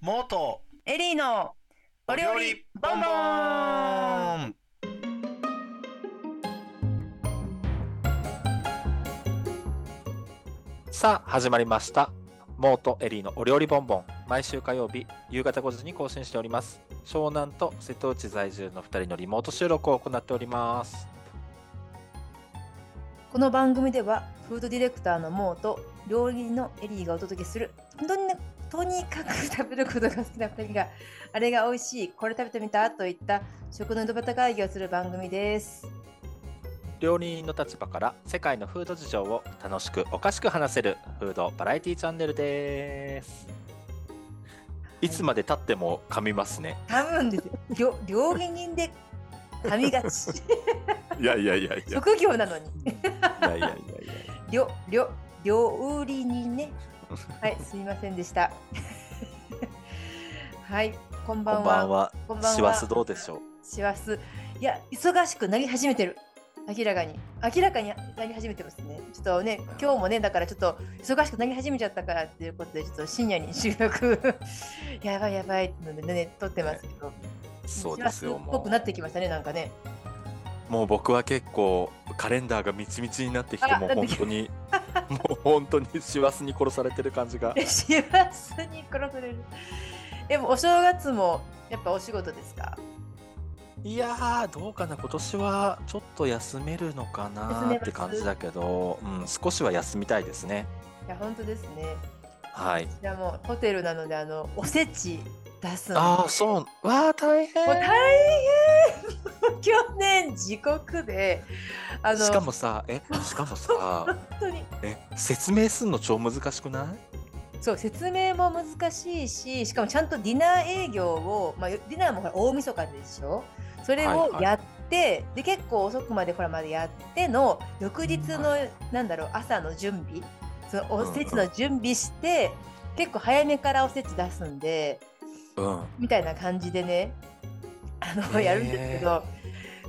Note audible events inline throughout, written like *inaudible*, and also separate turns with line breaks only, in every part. モート
エリーのお料理ボンボン
ン
さあ始まりましたモーとエリーのお料理ボンボン毎週火曜日夕方5時に更新しております湘南と瀬戸内在住の2人のリモート収録を行っております
この番組ではフードディレクターのモーと料理人のエリーがお届けする本当にねとにかく食べることが好きな2人があれが美味しいこれ食べてみたといった食の井戸端会議をする番組です
料理人の立場から世界のフード事情を楽しくおかしく話せるフードバラエティチャンネルですいつまで経っても噛みます
*laughs*
ね
多分ですよりょ料理人で髪がち
いやいやいやいや
職業なのに
いやいやいやいや
料料料理人ねはいすいませんでしたはいこんば
こ
ん
んば
は
んは
こんばんは
師走どうでしょう
師走いや忙しくなり始めてる明らかに明らかになり始めてますねちょっとね今日もねだからちょっと忙しくなり始めちゃったからっていうことでちょっと深夜に収録 *laughs* やばいやばいのでね撮ってますけど
そうですよ
師走っぽ
も
くなってきましたねなんかね
うもう僕は結構カレンダーがみちみちになってき
あ
て
ら
もう
なって
本
きた
当にもう本当に師走に殺されてる感じ
*laughs*
が
師走に殺されるでもお正月もやっぱお仕事ですか
いやーどうかな今年はちょっと休めるのか
休め
な
ま
っ
す
て感じだけど、うん、少しは休みたいですね
いや本当ですね
はい
じゃあもうホテルなのであのおせち出すの
ああそうわあ大変
もう大変去年時刻であの
しかもさえしか
*laughs*
もさ
本当に
え説明すんの超難しくない
そう説明も難しいししかもちゃんとディナー営業を、まあ、ディナーもほら大晦日でしょそれ
はい
を
はい
やって、で結構遅くまでほらまでやっての翌日の、
は
なんだろう朝の準備その
うんうん
おせちの準備して、結構早めからおせち出すんで
うん
みたいな感じでねあの、
へえ
やるんですけど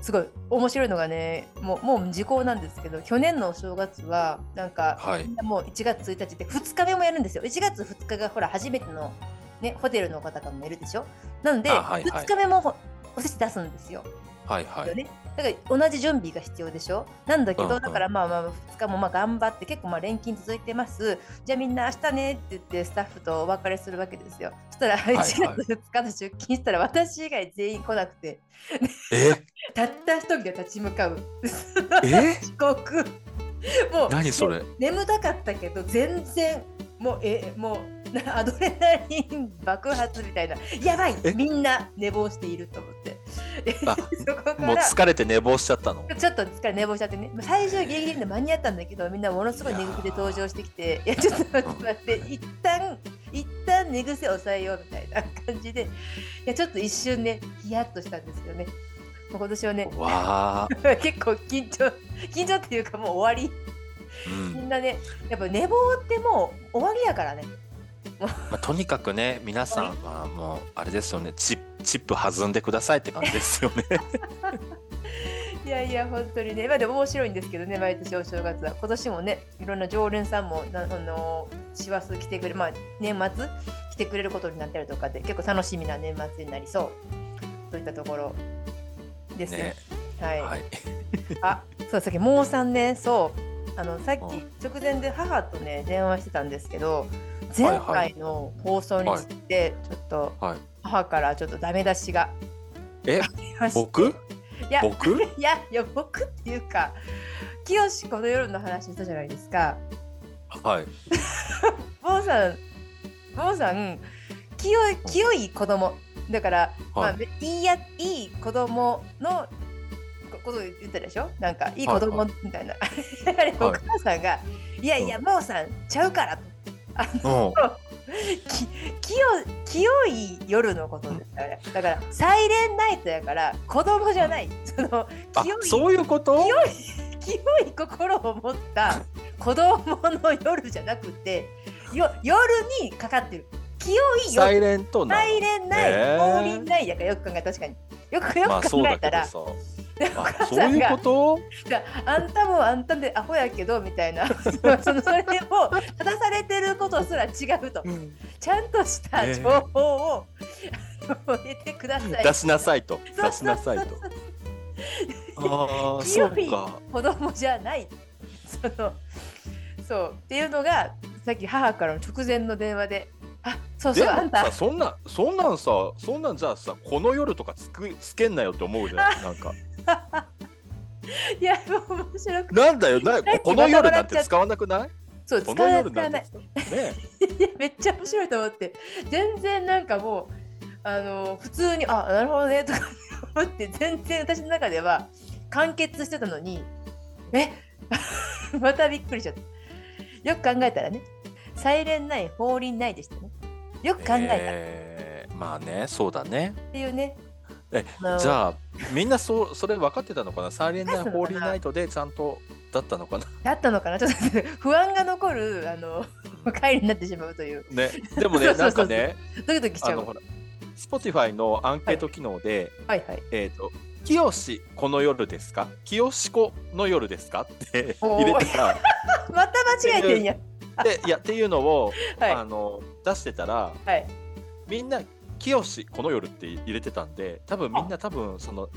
すごい面白いのがねもうもう時効なんですけど去年のお正月はなんか、
はい
みんなもう1月1日で2日目もやるんですよ1月2日がほら初めての、ね、ホテルの方とかもいるでしょなので、
あはいはい
2日目もほおせち出すんですよ、
はいは
*laughs* よ
い
ねだから同じ準備が必要でしょなんだけど、
うんうん
だからまあまあ2日もまあ頑張って結構まあ連勤続いてますじゃあみんな明日ねって言ってスタッフとお別れするわけですよそしたら
い
1
はい
月2日の出勤したら私以外全員来なくて
え
たった一人で立ち向かう
え
遅刻もう
何それ
眠たかったけど全然もうえもうなアドレナリン爆発みたいなやばい
え
みんな寝坊していると思って
あ
*laughs* そこか
もう
ら
疲れて寝坊しちゃったの
ちょっと疲れ寝坊しちゃってね最終ギリギリで間に合ったんだけどみんなものすごい寝癖で登場してきていや *laughs* ちょっと待って待って一旦一旦寝癖抑えようみたいな感じでいやちょっと一瞬ねヒヤッとしたんですけどねもう今年はね
わあ、
結構緊張緊張っていうかもう終わり
う
み
ん
んなねやっぱ寝坊ってもう終わりやからね
まあ、とにかくね皆さんはもうあれですよねチップチップ弾んでくださいって感じですよね
いやいや本当にねまあでも面白いんですけどね毎年お正月は今年もねいろんな常連さんもなあの師走来てくれまあ年末来てくれることになったりとかで結構楽しみな年末になりそうといったところですね
ね
*laughs* はい、
はい
あそうさっきもうさんねそうあのさっき
うん
直前で母とね電話してたんですけど前回の放送についてちょっと
はい
母からちょっとダメ出しが
え
ありまして
僕
いや
僕
いやいや僕っていうか清この夜の話したじゃないですか
はい
坊さん坊さん清い清い子供だから、
はい
まあ、いいやいい子供のここと言ってたでしょなんかいい子供
は
みたいな、 *laughs* あれお
はい
母さんが、い、やいやもうさんちゃうからと
も
き清清い夜のことですから、だからサイレンナイトやから子供じゃないその
うあ
清い
そういうこと
清い心を持った子供の夜じゃなくてよ夜にかかってる清い
サ
夜
イレントな
サイレンない
へー
降臨ないやからよく考えた確かによくよ
まあ
く
そう
考え
だ
た
け
ら、
どさ
でお
あ
母
そう
さん
いうこ
が
と
「あんたもあんたでアホやけど」みたいな *laughs* そのそれを正されてることすら違うとちゃんとした情報をあの入れてください
出しなさいと
そう
出しなさい
*laughs*
とああ
金曜
そ
日
うか
子供じゃない *laughs* そのそうっていうのがさっき母からの直前の電話で「あそう
で
そう
も
あんた
さそんなそんなんさそんなんじゃあさこの夜とかつくつけんなよって思うじゃんなんか
*laughs* いやもう面白く
なんだよな
さっき
この夜な
ま
ん
た笑っちゃ
て
っ
使わなくない
そう使
こ
わ
の
ない
夜
使わ
なん
な
て
い
使わね
いやめっちゃ面白いと思って全然なんかもうあの普通に「あなるほどね」とか思って全然私の中では完結してたのにえ *laughs* またびっくりしちゃったよく考えたらね「サイレンナイン法輪ない」でしたねよく考え
えーまあねそうだね
たっていうね、
えじゃあみんなそうそれ分かってたのかなサイレンナインホーリーナイトでちゃんとだったの
*laughs*
かな
だったのかなちょっと *laughs* 不安が残るあの回になってしまうという
ねでも
そうそうそ
ね
う
なんかね
ドキドキしち
あ
ゃう
の
は
ほら Spotify のアンケート機能で、
いはい
えっ、と「きよしこの夜ですか?」「きよしこの夜ですか?」って
お
入
ー
れてた
また間違えてんや
でいやっていうのを、
はい
あの出してたら
はい
みんな「きよしこの夜」って入れてたんで多分みんな多分その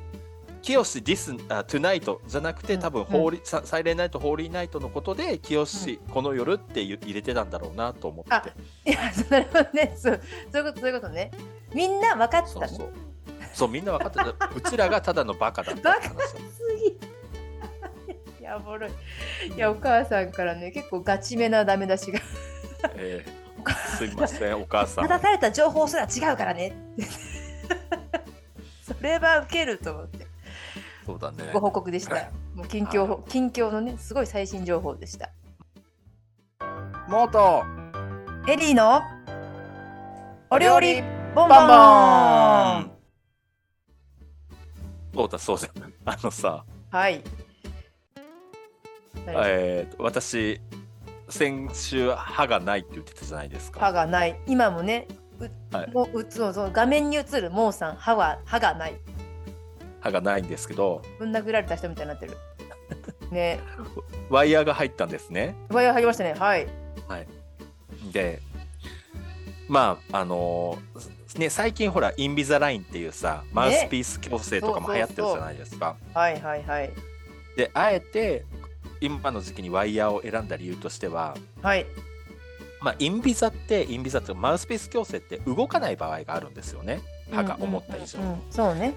「きよしディスあトゥナイト」じゃなくて
うん
多分ホーリー、ササイレンナイトホーリーナイトのことで「きよしこの夜」って入入れてたんだろうなと思って
あいや、なるほどね。そう、そういうこと、そういうことね。みんな分かって
そう
た
そ
ね。
うそうみんな分かって
*laughs*
たうちらがただのバカだったって話だ
い *laughs* や、おもろい。いや、お母さんからね、結構ガチめなダメ出しが。
えーすいませんお母さん
出された情報すら違うからね。 *laughs* それは受けると思って。
そうだね
ご報告でした。もう近況、近況のね、すごい最新情報でした。
もっと
エリーの。お料理。ボンボン。
バンバンそうだそうだあのさ
はい。
えーと私先週歯がないって言ってたじゃないですか
歯がない今もねう、
はい
もううつその画面に映るモーさん歯は歯がない
歯がないんですけど
ぶん殴られた人みたいになって
*laughs*
るね
ワイヤーが入ったんですね
ワイヤー入りましたねはい
でまああのーね最近ほらインビザラインっていうさマウスピース矯正とかも流行ってるじゃないですか、
はいはいはい
であえて今の時期にワイヤーを選んだ理由としては
はい
まあ、インビザってインビザってマウスピース矯正って動かない場合があるんですよね歯が思った以上、
うんうんうんうんそうね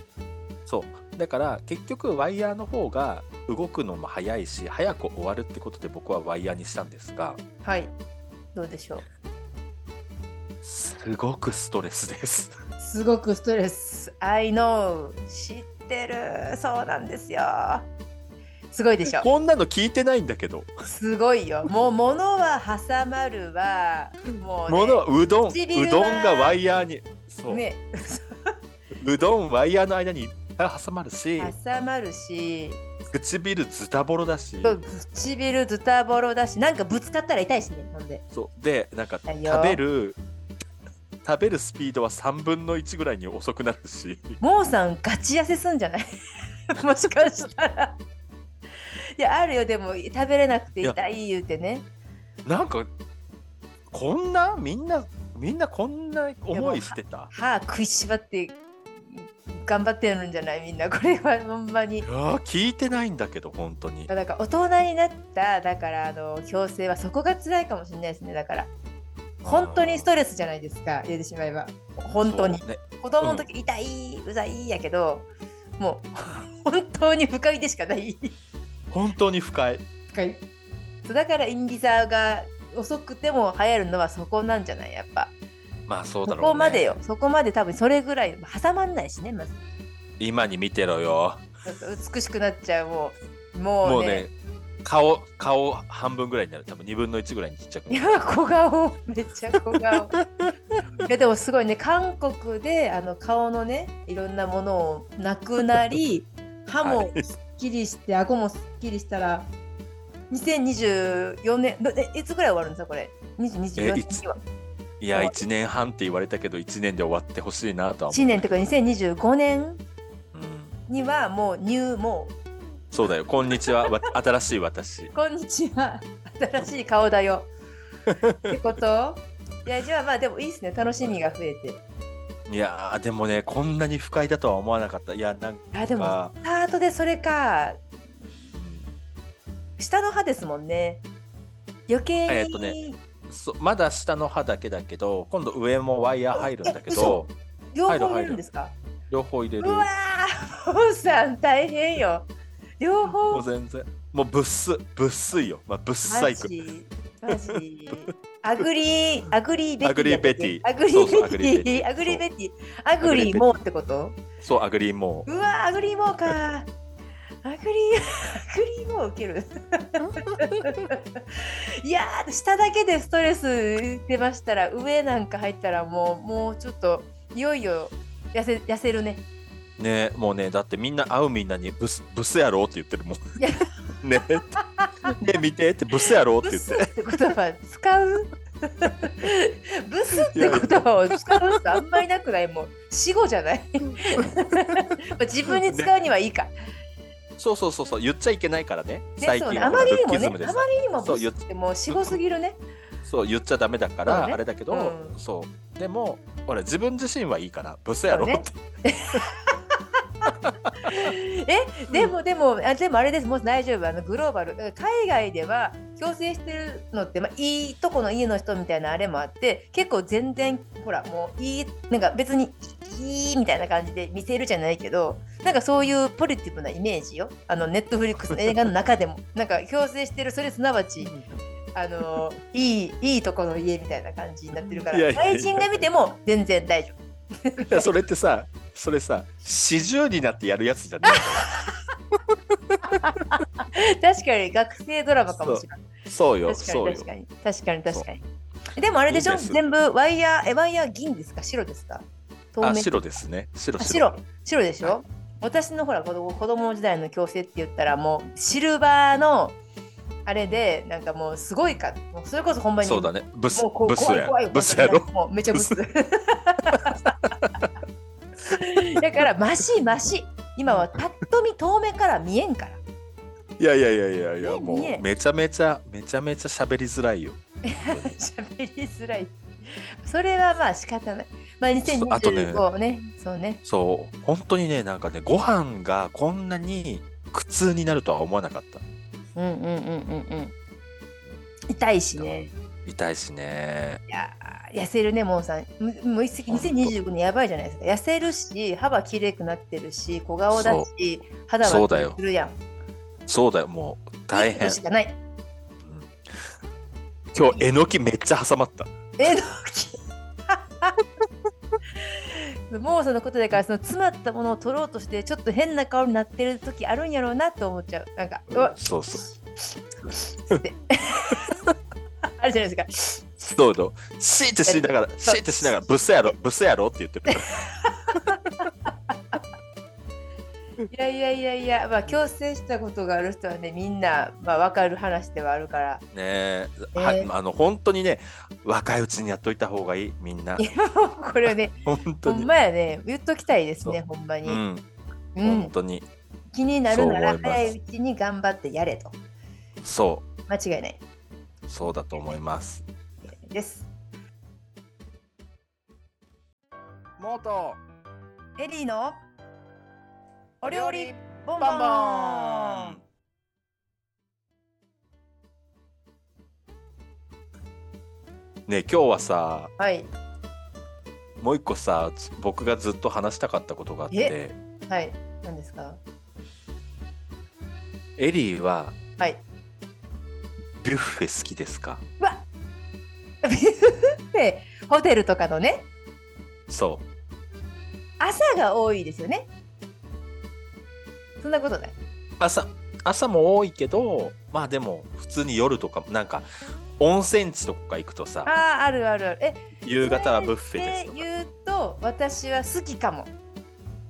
そうだから結局ワイヤーの方が動くのも早いし早く終わるってことで僕はワイヤーにしたんですが
はいどうでしょう
すごくストレスです
すごくストレス I know 知ってるそうなんですよすごいでしょ
こんなの聞いてないんだけど
すごいよもう物は挟まるわもう、ね、
物はうどんう
唇は
どんがワイヤーにそう、
ね
うどんワイヤーの間にいっぱい挟まるし
挟まるし
唇ズタボロだし
そう唇ズタボロだしなんかぶつかったら痛いしねほんで
そうでなんか
だよ
食べる食べるスピードは3分の1ぐらいに遅くなるし *laughs*
モーさんガチ痩せすんじゃない *laughs* もしかしたらいやあるよでも食べれなくて痛い言うてね
なんかこんなみんなみんなこんな思いしてた
歯食いしばって頑張ってるんじゃないみんなこれはほんまに
いやー聞いてないんだけど本当に
だから大人になっただからあの矯正はそこが辛いかもしれないですねだから本当にストレスじゃないですか言えてしまえば本当に
そうね
子供の時痛い、うざいやけどもう *laughs* 本当に不快でしかない
本当に不快
不快そうだからインビザが遅くても流行るのはそこなんじゃないやっぱ
まあそう
そ
だろう、ね、
こまでよそこまで多分それぐらい挟まんないしねまず
今に見てろよ
なんか美しくなっちゃうもうもうね
もうね顔顔半分ぐらいになる多分2分の1ぐらいにちっちゃく
い
なる
や小顔めっちゃ
*laughs*
小顔いやでもすごいね韓国であの顔のねいろんなものをなくなり歯もすっきりして、顎もすっきりしたら2024年どえいつぐらい終わるんですかこれ2024
えいつ
年にはい
や1年半って言われたけど1年で終わってほしいなとは思
1年とか2025年
う、うん
にはもうニューもう
そうだよ。こんにちは。わ新しい私。
こんにちは新しい顔だよってこといやじゃあまあでもいいですね楽しみが増えて
いやーでもねこんなに不快だとは思わなかった。いやなんか
あでもスタートでそれか下の歯ですもんね余計に、
えっとねそまだ下の歯だけだけど今度上もワイヤー入るんだけ
え嘘
ど
両方
入る
入れるんですか
両方入れ
う
る。
わーお父さん大変よ両
も
方
う全然もうぶっすぶっすいよ。まあぶっさ
マ
いく。
ジマジアグリーアグリーベティ
アグ
アグリ
リーベティそうそう
ーベティア
ア
グ
グ
リ
リ
ーベ
ーベ
ティアグリーもってこと
そうアグリーもう。
うわアグリーもかアグリーアグリーも受け
*laughs*
るいやー下だけでストレス出ましたら上なんか入ったらもうもうちょっといよいよ痩せ痩せるね
ねもうねだってみんな会うみんなにブスブスやろうって言ってるも
いや
ん *laughs* ねね見てってブスやろうっ
ブ
て言っ
ス
て
って言葉使
*laughs*
うブスって言葉を使う人あんまりなくないもう死語じゃ
*laughs*
ない自分に使うにはいいか、
そうそうそうそう言っちゃいけないからね
ね
最
そうね
近は
あまりに
ルッ
も
キ
ね
ズ
あ
ム
ま
で
り
さ
にもブスってもう死語すぎるね
そう言っちゃダメだか
そう
ら、
ね
あれだけど、
うん
そうでも俺自分自身はいいからブスやろうって、
えでもでもあでもあれですもう大丈夫あのグローバル海外では強制してるのって、まあ、いいとこの家の人みたいなあれもあって結構全然ほらもういいなんか別にいいみたいな感じで見せるじゃないけどなんかそういうポジティブなイメージよあのネットフリックスの映画の中
*laughs*
でもなんか強制してるそれすなわちあのいいいいとこの家みたいな感じになってるから
いやいやいや
外人が見ても全然大丈
*laughs*
夫。
いやそれってさそれさ四十になってやるやつじゃない
確かに学生ドラマかもしれない。 *laughs*
そうよ
確か
そう
に
よ
確かに確かに確かにでもあれでしょ
いいです
全部ワイヤーえワイヤー銀ですか白ですか透
あ
明
白ですね白
あ白白でしょ、私のほら子供子供時代の矯正って言ったらもうシルバーのあれでなんかもうすごいかもうそれこそ本番に
そうだねブス
もうこう
ブス
怖い
や
怖い
ブスやろ
もうめちゃブ
*laughs*
スだからマシマシ今はパッと見遠目から見えんから
いやいやいやいやいや
ね
も
見え
うめちゃめちゃめちゃめちゃ喋りづら
*laughs*
いよ
喋りづらい。それはまあ仕方ない。まあ
あとね
2025ね、そうね。
そう本当にねなんかねご飯がこんなに苦痛になるとは思わなかった
うんうんうんうんうん。痛いしね。
痛いしね
いやー、痩せるね、モンさん。むもう一石2025年やばいじゃないですか。痩せるし、歯は綺麗くなってるし、小顔だし、肌
そう
は
だよ
するやん。
そうだよもう大
いいこ
変
としかない。
今日えのきめっちゃ挟まった
えの *laughs* き。もうそのことだからその詰まったものを取ろうとしてちょっと変な顔になってる時あるんやろうなと思っちゃうなんかうわ
そうそう
って。あるじゃないですか。
そうそうシーってしながらシ
そう
ーってしながらブスやろブスやろって言ってる
いやいやいやいや、まあ、強制したことがある人はね、みんな、まあ、わかる話ではある *laughs* から。
ねえ、
えー
はいあの本当にね若いうちにやっといた方がいいみんない
やもうこれね、
本
ほ
当
ん
に
まやね、言っときたいですね、
そ
ほんまに。
う
うん
ん、本当に
気になるな
そう思
ら、
います
早いうちに頑張ってやれと。
そ
間違いないう
そうだと思います
です。
もっと
エリーのお料理ボンボ
バン
ン
バンねえ今日はさ
はい、
もう一個さつ僕がずっと話したかったことがあって
はい、何ですか
エリーは
はい。 *laughs*
ビュッフェ好きですか
ビュッフェ、ホテルとかのね、
そ
朝が多いですよね。そんなことない。
う朝朝も多いけどまあでも普通に夜とかなんか温泉地とか行くとさ
あああるあるあるえ
夕方はブッフェ
で
ですとか
言うと私は好きかも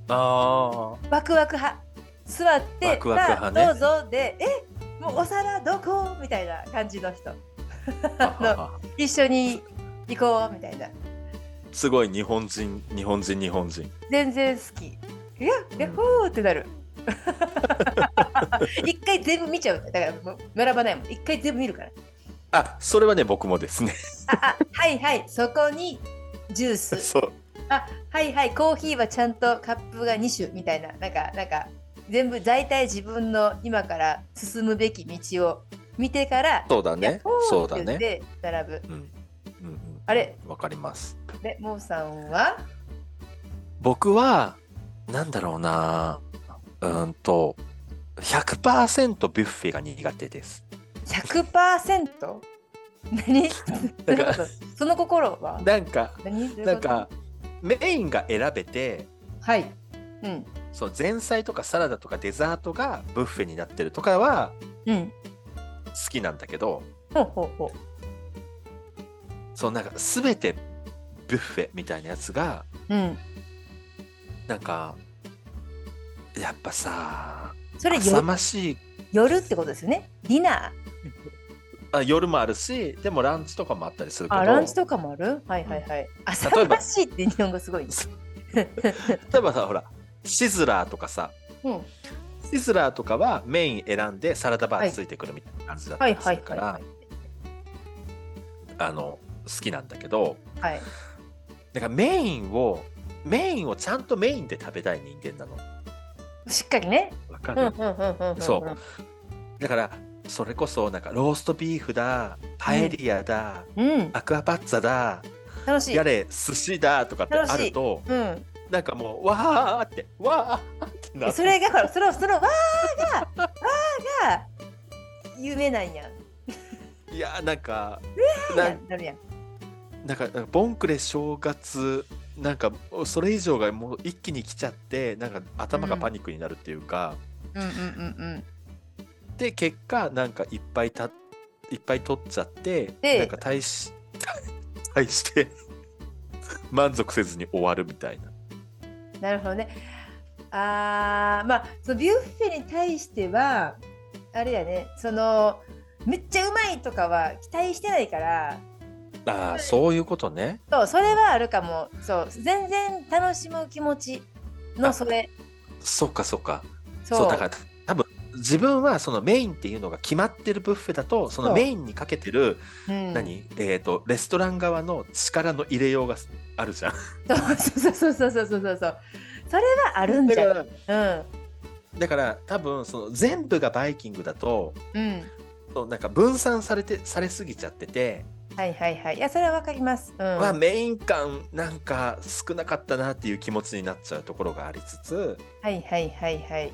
あ
ワクワク派座って
ワクワク派ね
さあどうぞでえもうお皿どこみたいな感じの人
あ
一緒に行こうみたいな
すごい日本人日本人日本人
全然好きいや、ヤッホーってなる。 *laughs* 一回全部見ちゃう。だからもう並ばないもん。一回全部見るから。
あそれはね僕もですね
あ、あ、はいはい。そこにジュース。
*laughs* そう
あ、はいはい。コーヒーはちゃんとカップが2種みたいな。なんかなんか全部大体自分の今から進むべき道を見てから。
そうだね
ヤッホー
そうだ
って言っ
ね
て並ぶ。
うんうんうん
あれ、
わかります
で、モーさんは
僕はなんだろうなうーんと100%ビュッフェが苦手です
100%? 何
だから
その心は
なんか
何どういうこと
なんかメインが選べて
はい。うん。
そう前菜とかサラダとかデザートがブッフェになってるとかは
うん。
好きなんだけど
ほうほうほ
そうなんか全てビュッフェみたいなやつが
う。うん。
なんかやっぱさ
それ
浅
よ
ましい
夜ってことですよね。ディナー。
あ夜もあるしでもランチとかもあったりするけど
あ、ランチとかもあるはいはいはい。朝らしいって日本語すごいね。
例えばさほらシズラーとかさ
うん。
シズラーとかはメイン選んでサラダバーついてくるみたいな感じだった
はい
りす
はい
るか
はい
ら
はい。
あの好きなんだけど
はい。
だからメインをメインをちゃんとメインで食べたい人間なの
しっかりね。
わか
う
る、
んうんうんうんうん。
そだからそれこそなんかローストビーフだパエリアだ、
う。うん。
アクアパッツァだ
楽しい。
やれ寿司だとかってあると
うん。
なんかもうわーってわーってなる
それがほら、その、その、わーが、わーが、有名なんや。
いやーなんかな
ななるやん。
なんかなんかボンクレ正月なんかそれ以上がもう一気に来ちゃってなんか頭がパニックになるっていうか、
うんうんうんうん。
で結果なんかいっぱいたいっぱい取っちゃって、
ええ
なんか大し *laughs* 大して満足せずに終わるみたいな。
なるほどね。あーまあそのビュッフェに対してはあれやねそのめっちゃうまいとかは期待してないから
ああそういうことね。
そうそれはあるかもそう全然楽しむ気持ちのそれ
そっかそっか。
そ
そううだから多分自分はそのメインっていうのが決まってるブッフェだとそのメインにかけてる、
うん、
何えっ、とレストラン側の力の入れようがあるじゃん。
そうそうそうそうそうそうそうそれはあるんじゃ
だ
ん
か
う
ら
ん
だから多分その全部がバイキングだと
うん
そうなんか分散されてされすぎちゃってて、
はいはいはいいやそれはわかりますうん、
まあメイン感なんか少なかったなっていう気持ちになっちゃうところがありつつ
はいはいはいはい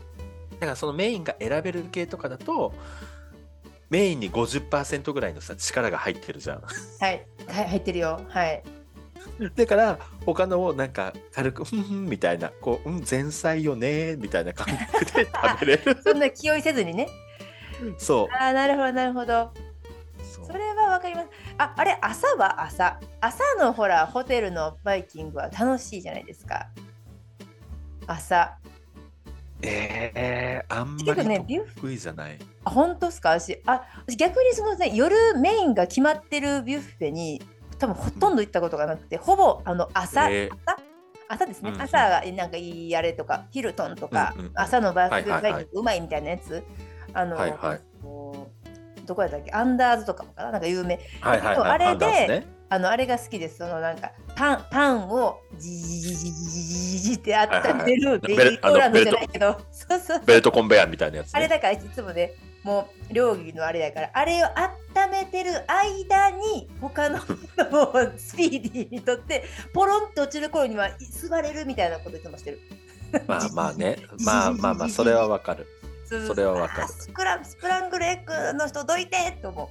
だからそのメインが選べる系とかだとメインに50%ぐらいのさ力が入ってるじゃん *laughs*
はいはい入ってるよはい
だから他のをなんか軽く「ふんふん」みたいな「こううん前菜よね」みたいな感覚で食
*laughs*
べれる
そんな気負いせずにね
そう
ああなるほどなるほど
そう
それはわかります。あ、あれ朝は朝。朝のほらホテルのバイキングは楽しいじゃないですか。朝。
えー、あんま
結構ね
り
ビュッフ
得意じゃない。
あ本当ですか私あ私逆にそのね夜メインが決まってるビュッフェに多分ほとんど行ったことがなくてほぼあの朝、
えー
朝朝ですね、
うんうん
朝がなんかいいあれとかヒルトンとか、
うんうん
朝のバースデ
は
ー
い
バ
は
イキン
いはい
グうまいみたいなやつあの、
はいはい
こうどこやったっけアンダーズとかもかななんか有名
はいはい
そう
はい、
あれで
パンダンスね
あのあれが好きです。そのなんかパンパンをじじじじじじじじって温めるベ
はいはい
リーコーラのじゃないけど、そうそう
ベルトコンベヤーみたいなやつ、
あれ
ね。
だからいつもね、もう料理のあれだから、あれを温めてる間に他のものをスピーディーにとってポロンと落ちる頃には座れるみたいなこといつもしてる。
まあまあね、まあまあまあ、それはわ
*laughs*
かる。
そうそう
それはわかる
あ *laughs* ースクランスプランブルエッグの人どいてと思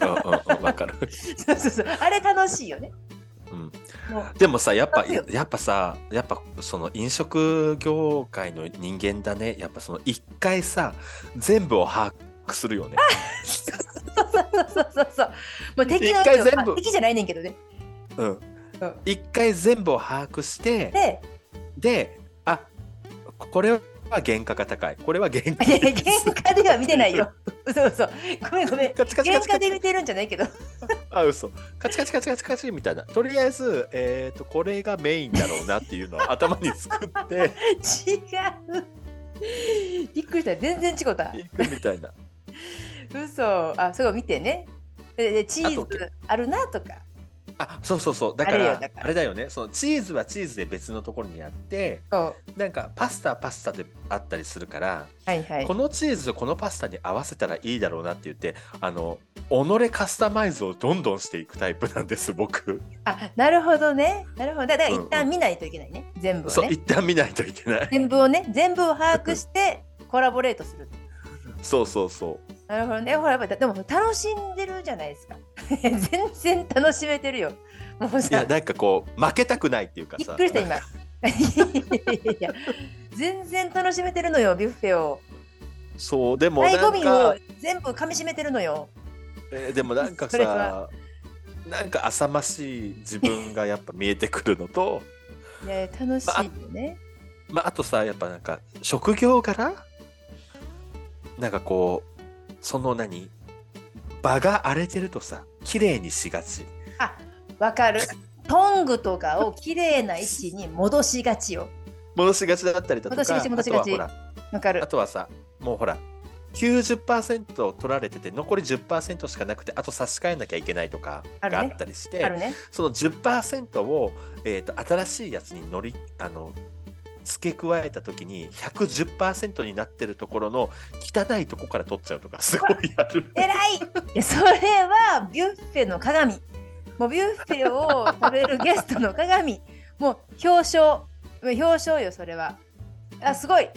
う。
うんうんうん、わかる。
そうそうそう。あれ楽しいよね。
うん、
もう
でもさ、やっぱ、
そうよ
やっぱさ、やっぱ、その飲食業界の人間だね。やっぱ、その一回さ、全部を把握するよね。
そうそうそうそう。もう敵の
一回全部
あ敵じゃないねんけどね。
うん
うん。
一回全部を把握して、
で、
で、あ、これは原価が高い。これは原価
いやいや原価では見てないよ。そうそう。ごめんごめん。
*laughs* カチカチ
原
カチ
価
カ
で
チ
見てるんじゃないけど。
あ嘘カチカチカチカチカチみたいなとりあえず、えー、とこれがメインだろうなっていうのを頭に作
*laughs*
って
違うびっくりした全然違った
いくみたいな
嘘あそれを見てねででチ
あ
ー
と
ズあるなとか
あそうそうそうだか
あれよ
ら
だから
あれだよねそのチーズはチーズで別のところにあって
そう
なんかパスタはパスタであったりするから、
はいはい
このチーズとこのパスタに合わせたらいいだろうなって言ってあの己カスタマイズをどんどんしていくタイプなんです *laughs* 僕
あなるほどねなるほどだから
うんうん
一旦見ないといけないね、全部を
そう
ね
一旦見ないといけ
*laughs*
ない
全部をね全部を把握してコラボレートする
そうそうそう
なるほどねほらやっぱりでも楽しんでるじゃないですか *laughs* 全然楽しめてるよもう
いや
さ
なんかこう負けたくないっていうか
びっ
さ
くりした今いやいや全然楽しめてるのよビュッフェを
そうでも
醍
な
醐
ん
味
か
を、全部噛みしめてるのよ
えーでもなんか
それは
さなんか浅ましい自分がやっぱ見えてくるのと *laughs*
いや楽しいよね、
まああとさやっぱなんか職業柄なんかこうその何場が荒れてるとさ綺麗にしがち
あわかるトングとかを綺麗な位置に戻しがちよ
戻しがちだったりだとか
戻しがち戻しがち
あとはほら
わかる
あとはさもうほら90%取られてて残り10%しかなくてあと差し替えなきゃいけないとか
ある
があ
ね
ったりして、
あるね
その10%を、えー、と新しいやつに乗りあの付け加えた時に110%になってるところの汚いとこから取っちゃう *laughs* とかすごいある
偉いいやそれはビュッフェの鏡もうビュッフェを食べるゲストの鏡もう表彰表彰よそれはあすごい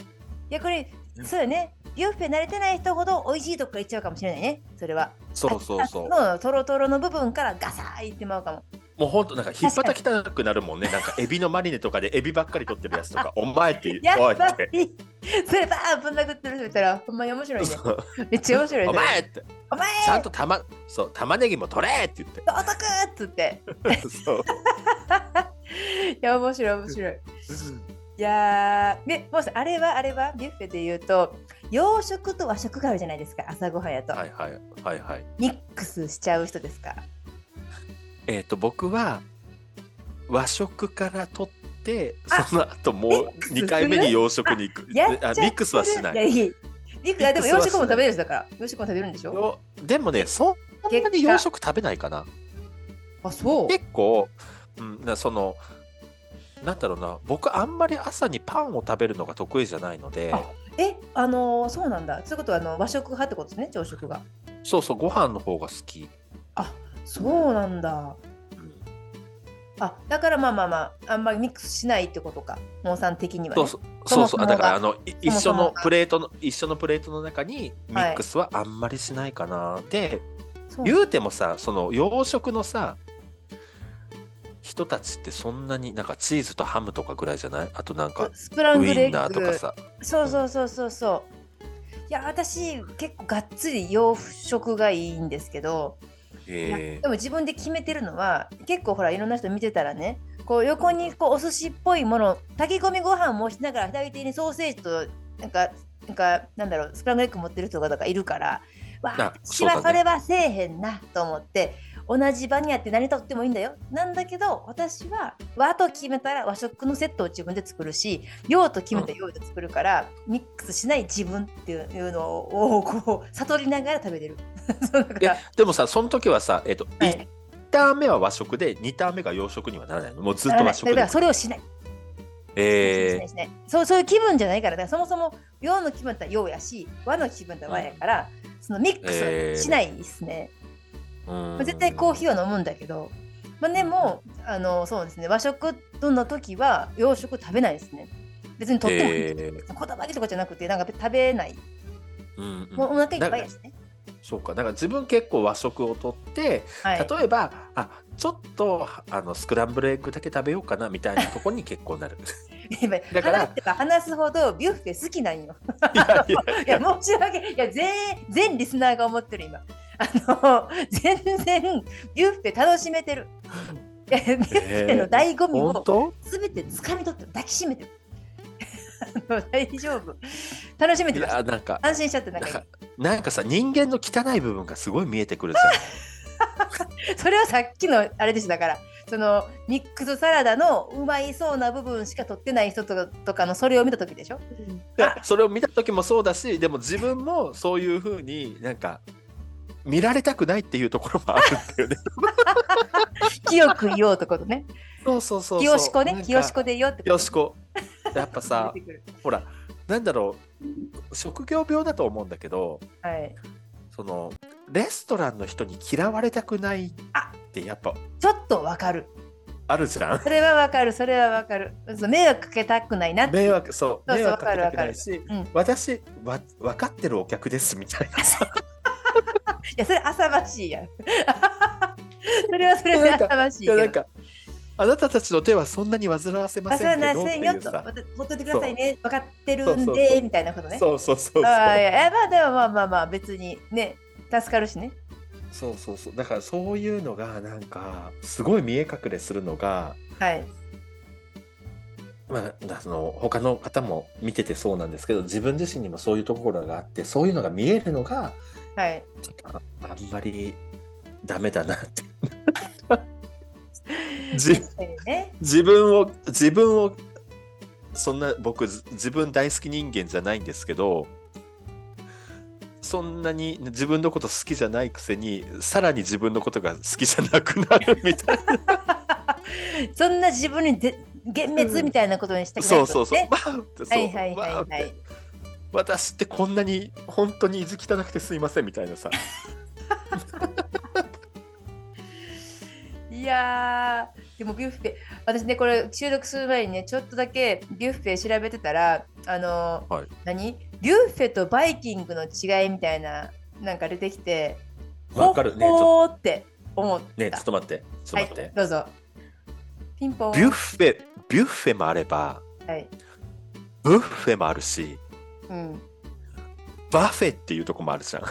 逆にそうよねビュッフェ慣れてない人ほど美味しいとこから行っちゃうかもしれないねそれは
そうそうそう *laughs*
もうトロトロの部分からガサーいってまうかも
もうほんとなんかひっぱた汚くなるもんねなんかエビのマリネとかでエビばっかり取ってるやつと *laughs* かお前って
や
おい
っ
っ
ぱ
て
りそればーぶん殴ってる人いたらほんまに面白いね
そう
めっちゃ面白いね
*laughs* お前って
お前
ちゃんとたまそう玉ねぎも取れって言って
お得っつって
*laughs* そう
いや面白い面白いいやーでもうさあれはあれはビュッフェで言うと洋食と和食があるじゃないですか朝ごはんやと、
はいはいはいはい
ミックスしちゃう人ですか
えっ、と僕は和食から取って
あ
その後も
ミックス
う2回目に洋食に行く
やっちゃ
あ
ってる
ミックスはしない
やいいミックスあでも
ミッ
洋
クスはしない
食も食べれる人だから洋食も食べるんでしょ
よでもねそんなに洋食食べないかな
あそう
結構、うん、なそのなんだろうな僕あんまり朝にパンを食べるのが得意じゃないので
あえあのーそうなんだそういうことはあの和食派ってことですね朝食が
そうそうご飯の方が好き、
そうなんだ
うん
あだからまあまあまああんまりミックスしないってことか農産的には、ね、
そうそうそう
そ
そ
もそもが
うあだからあのい一
そもそ
緒
も
の
が
プレートの一緒のプレートの中にミックスはあんまりしないかな、で
そう
言うてもさその洋食のさ人たちってそんなになんかチーズとハムとかぐらいじゃないあとなんか
スプラ
ウ
ンブルエ
インナ
ッ
ー
グ
とかさ
そうそうそうそうそういや私結構がっつり洋食がいいんですけど、
え
でも自分で決めてるのは結構ほらいろんな人見てたらねこう横にこうお寿司っぽいもの炊き込みご飯もしながら左手にソーセージとなんかなんかなんだろうスクランブルエッグ持ってる人とかいるからわあ
あ
私
そ
は
うだ
そ
ね
れはせえへんなと思って同じ場にあって何とってもいいんだよなんだけど私は和と決めたら和食のセットを自分で作るし洋と決めたら洋で作るから、ミックスしない自分っていうのをこう悟りながら食べてる。 *laughs* そうだか
いや
ら
でもさその時はさえっ、と、
はい
1ターン目は和食で2ターン目が洋食にはならないのもうずっと和食
だか
で
らそれをしないしな
え
いしないそうそういう気分じゃないからだからそもそも洋の気分だったら洋やし和の気分だったら和やから、そのミック
えー
スしないですね、
ー
まあ、絶対コーヒーは飲むんだけど、まあ、でもあのそうですね和食の時は洋食食べないですね別にとってもいい、
え
こだわりとかじゃなくてなんか食べない
ーうんうん
もうお腹いっぱい
な
だしね、
そうかなんか自分結構和食をとって
はい、
例えばあちょっとあのスクランブルエッグだけ食べようかなみたいなとこに結構
*laughs*
なる
今
だから
話せば話すほどビュッフェ好きなんよ
いやいや
いや申し訳いや全全リスナーが思ってる今あの全然ビュッフェ楽しめてるいやビュッフェの醍醐味
本
を *laughs*
当
全て掴み取ってる抱きしめてるあの大丈夫楽しめ
い
てました
やなんか
安心しちゃってなんか
なんかさ人間の汚い部分がすごい見えてくるじ
それはさっきのあれですだからそのミックスサラダのうまいそうな部分しか取ってない人とかとかのそれを見た時でしょ *laughs*
いやそれを見た時もそうだしでも自分もそういうふうになんか見られたくないっていうところもあるん
*laughs*
だよね
清く言おうってことね
そうそうそうそう
清しこ
なん
ね
か
清しこでいようってこと
清しこやっぱさ
出てくる
ほらなんだろう職業病だと思うんだけど
はい
そのレストランの人に嫌われたくないってやっぱ
ちょっとわかる
あるじゃん
それはわかるそれはわかるそう迷惑かけたくないなって
迷惑そう
そうそう
迷惑かけた
わ
く
か
な
る
いし、
かるうん
私わ分かってるお客ですみたいなさ
いやそれ浅ましいやん *laughs* それはそれで浅ましいけ
いや
ど
なんかあなたたちの手はそんなに煩わせま
忘
せ
れ
んけ
な
どって
せん
い
よ
う
と
さ
またほっといてくださいね分かってる
そ
ん
うそうそう
でみたいなことね
そうそうそうそう
ああいやえまあでもまあまあまあ別にね助かるしね
そうそうそうだからそういうのがなんかすごい見え隠れするのが、
はい
まあ、その他の方も見ててそうなんですけど自分自身にもそういうところがあってそういうのが見えるのが
はい
ちょっとああんまりダメだなって
*laughs*
じ
確かにね
自分を自分をそんな僕ず自分大好き人間じゃないんですけどそんなに自分のこと好きじゃないくせにさらに自分のことが好きじゃなくなるみたいな。
そんな自分にで幻滅みたいなことに *laughs* したくない
そ
で
う
す
そう
ね
そう。バーンって
は
そう。
いはいはいは
バーンって
い
私ってこんなに本当に意地汚くてすいませんみたいなさ。
いやーでもビュッフェ私ねこれ収録する前にねちょっとだけビュッフェ調べてたらあのー
はい
何ビュッフェとバイキングの違いみたいななんか出てきて
*laughs* わかるね。ちょ
ほっほーって思っ
っと
た
ねちょっと待って。ちょっと待って。
はい、どうぞピンポン
ビュッフェビュッフェもあれば
はい
ブッフェもあるし
うん、 *laughs*
バフェっていうとこもあるじゃん。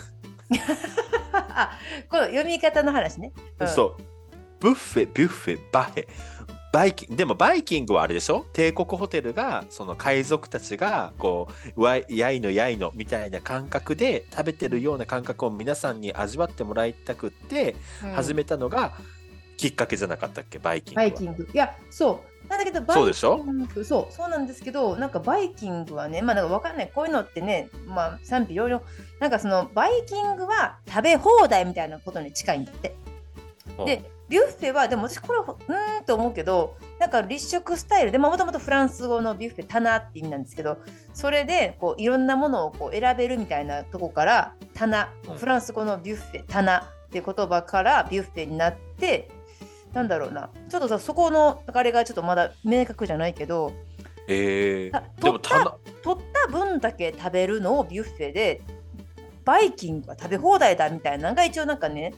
あこの読み方の話ね、うん
そう。ブッフェビュッフェバフェ。バイキンでもバイキングはあれでしょ帝国ホテルがその海賊たちがこうわいやいのやいのみたいな感覚で食べてるような感覚を皆さんに味わってもらいたくって
うん
始めたのがきっかけじゃなかったっけバイキング
バ
は
イキングいやそうなんだけどバイ
そう
キ
でしょ
ングそうそうなんですけどなんかバイキングはねまあなんかわかんないこういうのってねまあ賛否両論なんかそのバイキングは食べ放題みたいなことに近いんだってでビュッフェはでも私これうーんと思うけどなんか立食スタイルでもともとフランス語のビュッフェ棚って意味なんですけどそれでこういろんなものをこう選べるみたいなとこから棚
うん
フランス語のビュッフェ棚って言葉からビュッフェになってなんだろうなちょっとさそこのあれがちょっとまだ明確じゃないけど
え
あ
ー、でもたな
取った分だけ食べるのをビュッフェでバイキングは食べ放題だみたいなのが一応なんかね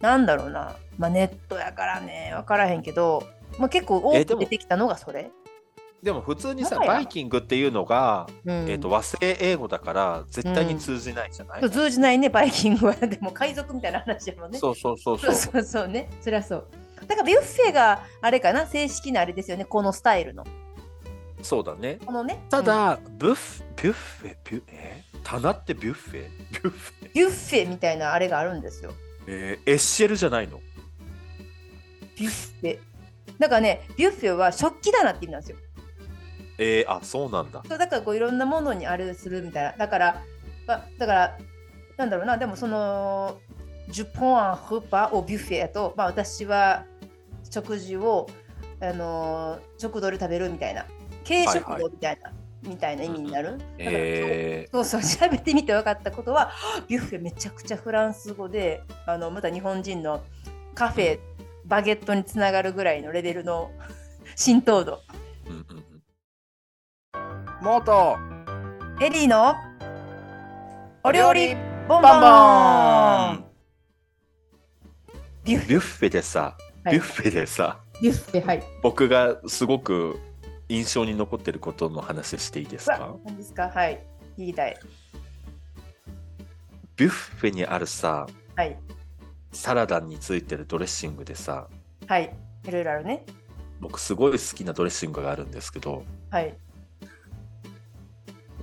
なんだろうな、まあ、ネットやからね分からへんけど、まあ、結構多
えで
く
も
出てきたのがそれ。
でも普通にさ
もはや
バイキングっていうのが、
うん
えー、と和製英語だから絶対に通じないじゃない、
そう通じないねバイキングはでも海賊みたいな話やもんね。
そうそうそう
そ
そう
うそうそうねそりゃそう。だからビュッフェがあれかな正式なあれですよねこのスタイルの。
そうだね
このね
た
うん
だ、ブッフビュッフェビュえ棚ってビュッフェビュッフェ、
ビュッフェみたいなあれがあるんですよ。
えーエッシェルじゃないの
ビュッフェ。だからねビュッフェは食器棚って意味なんですよ。
えー、あそうなんだ
そうだからこういろんなものにあれするみたいなだから、まあ、だからなんだろうなでもそのジュポンフーパーをビュッフェやと、まあ、私は食事をあのー食堂で食べるみたいな軽食
はい
堂
は
みたいな、みたいな意味になる、だから
え
そうそう調べてみて分かったことはビュッフェめちゃくちゃフランス語であのまた日本人のカフェバゲットにつながるぐらいのレベルの *laughs* 浸透度
ーうんうんうんもっと
エリーのお料理ボンボン
バンバン
ビュッフェ
ビュッフェでさ、
はい
ビュッフェでさ
ビュッフェはい
僕がすごく印象に残ってることの話していいですか
わ何ですかはい言いたい
ビュッフェにあるさ
はい
サラダについてるドレッシングでさ
はいいろいろあるね
僕すごい好きなドレッシングがあるんですけど
はい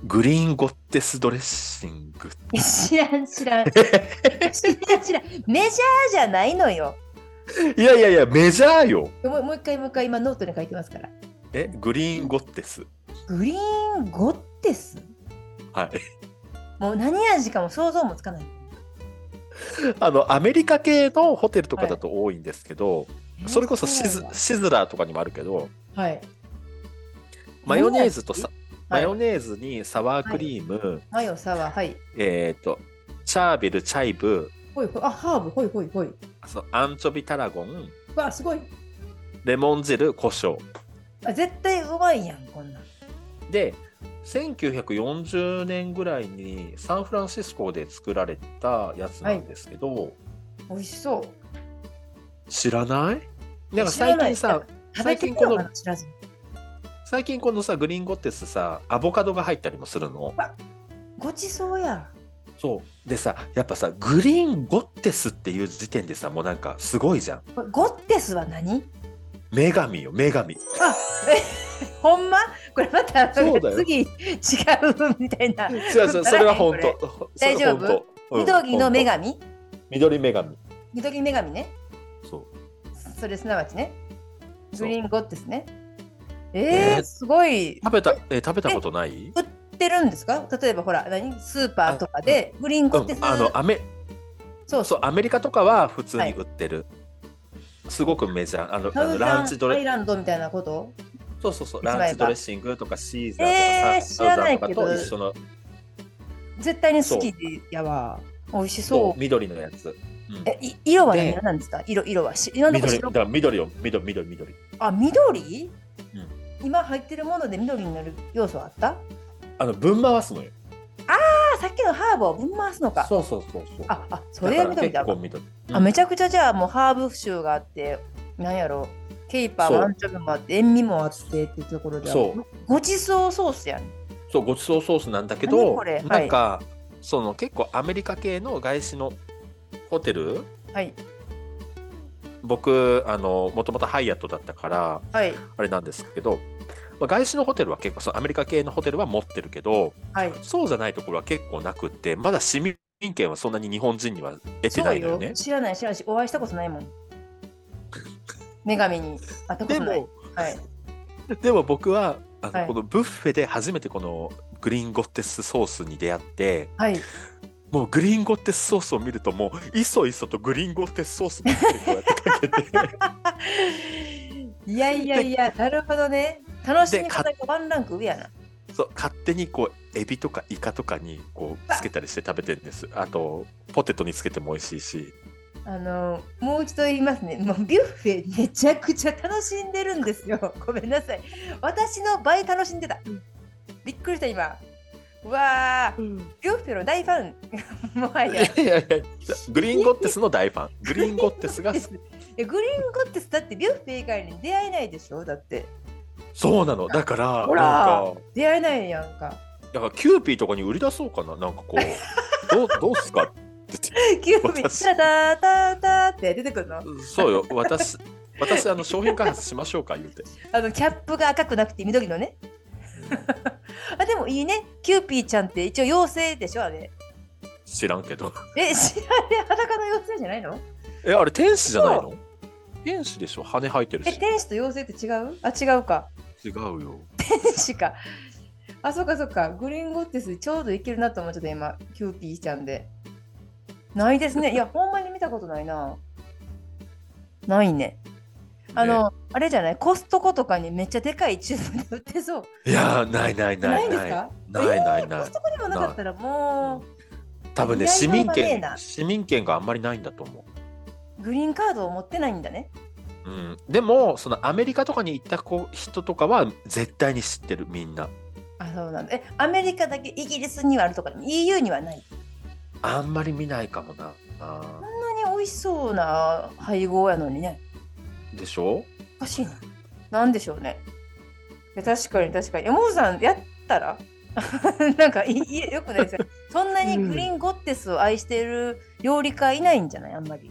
グリーンゴッテスドレッシング。
*laughs* 知らん知 *laughs* らん知らん知らんメジャーじゃないのよ
いやいやいや、メジャーよ。
もうもう一回もう一回今ノートに書いてますから
え、グリーンゴッテス。
グリーンゴッテス
はい。
もう何味かも想像もつかない
あの、アメリカ系のホテルとかだと多いんですけど、それこそシズ
えー
シズラーとかにもあるけど、
そうなんだはい
マヨネーズとさ、マ
はい
ヨネーズにサワークリーム、
マヨサワーはい
えっ、と、チャービル、チャイブ、
ほいほいあハーブほいほいほい
そうアンチョビタラゴン、
わあすごい
レモン汁、胡椒。
あ絶対うまいやんこんなん
で、1940年ぐらいにサンフランシスコで作られたやつなんですけど、
美味しそう
知らないなんか
知ら
最
ない
近さ、
食べてみ
最近こ
よう
の
かな知らずに
最近このさ、グリーンゴッテスさ、アボカドが入ったりもするの。
ごちそうや
そう。でさ、やっぱさ、グリーンゴッテスっていう時点でさ、もうなんかすごいじゃん。
これゴッテスは何
女神よ、女神。
あえほんまこれまた
そうだよ
次違うみたいな
違う
*laughs*
違う、それは本
こ
当。
大丈夫
それ本当うん
緑の女神
緑女神。
緑女神ね
そう。
それすなわちね
そ
グ
う
リーンゴッテスねえー
えー
すごい
食べた、えー食べたことない
売ってるんですか例えばほら何スーパーとかでグリーン
う
ゴッテ
ん
ス、
あの、アメ、
そう
そう、アメリカとかは普通に売ってる。すごくメジャー。あの、
サ
あ
ウ
の
ザ
ラ
ン
ンチド
アイ
レ、
ランドみたいなこと
そうそうそう、
一枚が
ランチドレッシングとかシーザ
えー
ーとか
知
サウ
らな
ザ
い
ンとか
けど
と一緒の、
絶対に好きやわ美味し
そ、
そうう
緑のやつ。うん
えい色は
で
何なんですか色色はし今のとこ
緑、だ
白
から緑よ、緑、緑、緑。
あ緑、今入ってるもので緑になる要素あったあ
あの、ぶん回すのよ。
さっきのハーブをぶん回すのか
そうそうそうそう。
ああそれは緑だ
から結構緑。うん
あめちゃくちゃじゃあもうハーブ臭があってなんやろケイパー
そう
もアンチョビもあって塩味もあってっていうところでは
そう
ごちそうソースやん、ね、
そう、ごちそうソースなんだけ
何
ど、
これ
なんか、その結構アメリカ系の外資のホテル
はい
僕あのもともとハイアットだったから
はい
あれなんですけど、まあ、外資のホテルは結構そのアメリカ系のホテルは持ってるけど
はい
そうじゃないところは結構なくってまだ市民権はそんなに日本人には得てないのよね。
知らない知らないしお会いしたことないもん女神に会ったこと
で
ない
も
はい
でも僕はあの、
はい
このブッフェで初めてこのグリーンゴッテスソースに出会って
はい
もうグリーンゴッテスソースを見るともういそいそとグリーンゴッテスソースばっかりこうやってかけて
いやいやいやなるほどね楽しみ方がワンランク上やな
*laughs* そう勝手にこうエビとかイカとかにこうつけたりして食べてるんですあとポテトにつけても美味しいし
あのもう一度言いますね、もうビュッフェめちゃくちゃ楽しんでるんですよ。 *laughs* ごめんなさい。私の倍楽しんでた。びっくりした今。うわあ、ビュッフェの大ファン。 *laughs* もはいや
や。いやいやグリーンゴッテスの大ファングリーンゴッテスが
えグリーンゴッテスだってビュッフェ以外に出会えないでしょだって。
そうなのだから
ほら
なんか
出会えないやんか。 *laughs*
だからキューピーとかに売り出そうかななんかこう *laughs* どうどうすか
キュービー、
私
タタタタって出てくるの。
そうよ私私あの商品開発しましょうか言うて
あのキャップが赤くなくて緑のね。 *laughs* あでもいいね。キューピーちゃんって一応妖精でしょあれ。
知らんけど
え、知らねえ裸の妖精じゃないの
えあれ天使じゃないの天使でしょ羽生えてる
え、
し
天使と妖精って違うあ、違うか。
違うよ
天使か。あ、そうかそうか。グリーンゴッテスちょうどいけるなと思っちゃった今、キューピーちゃんで。ないですね。いや、ほんまに見たことないな。ないね。あ
ね
の、あれじゃないコストコとかにめっちゃでかいチューブで売ってそう。
いやーないないな
ない
い
んです
ない
か
ないないな
コ
い
ストコにもなかったらも
多分ね
いやい
市
や
民
やばねえ
権
な
市民権があんまりないんだと思
うグリーンカードを持ってないんだね。
う、うん、でもそのアメリカとかに行った子人とかは絶対に知ってるみんな
あ、そうなんだ。え、アメリカだけイギリスにはあるとかでも EU にはない。
あんまり見ないかもなあ
こんなに美味しそうな配合やのにね。
ーでしょ
おかしいな。なんでしょうね。いや確かに確かに。山本さんやったら *laughs* なんかいいよくないですよ。そんなにグリーンゴッテスを愛している料理家いないんじゃないあんまり。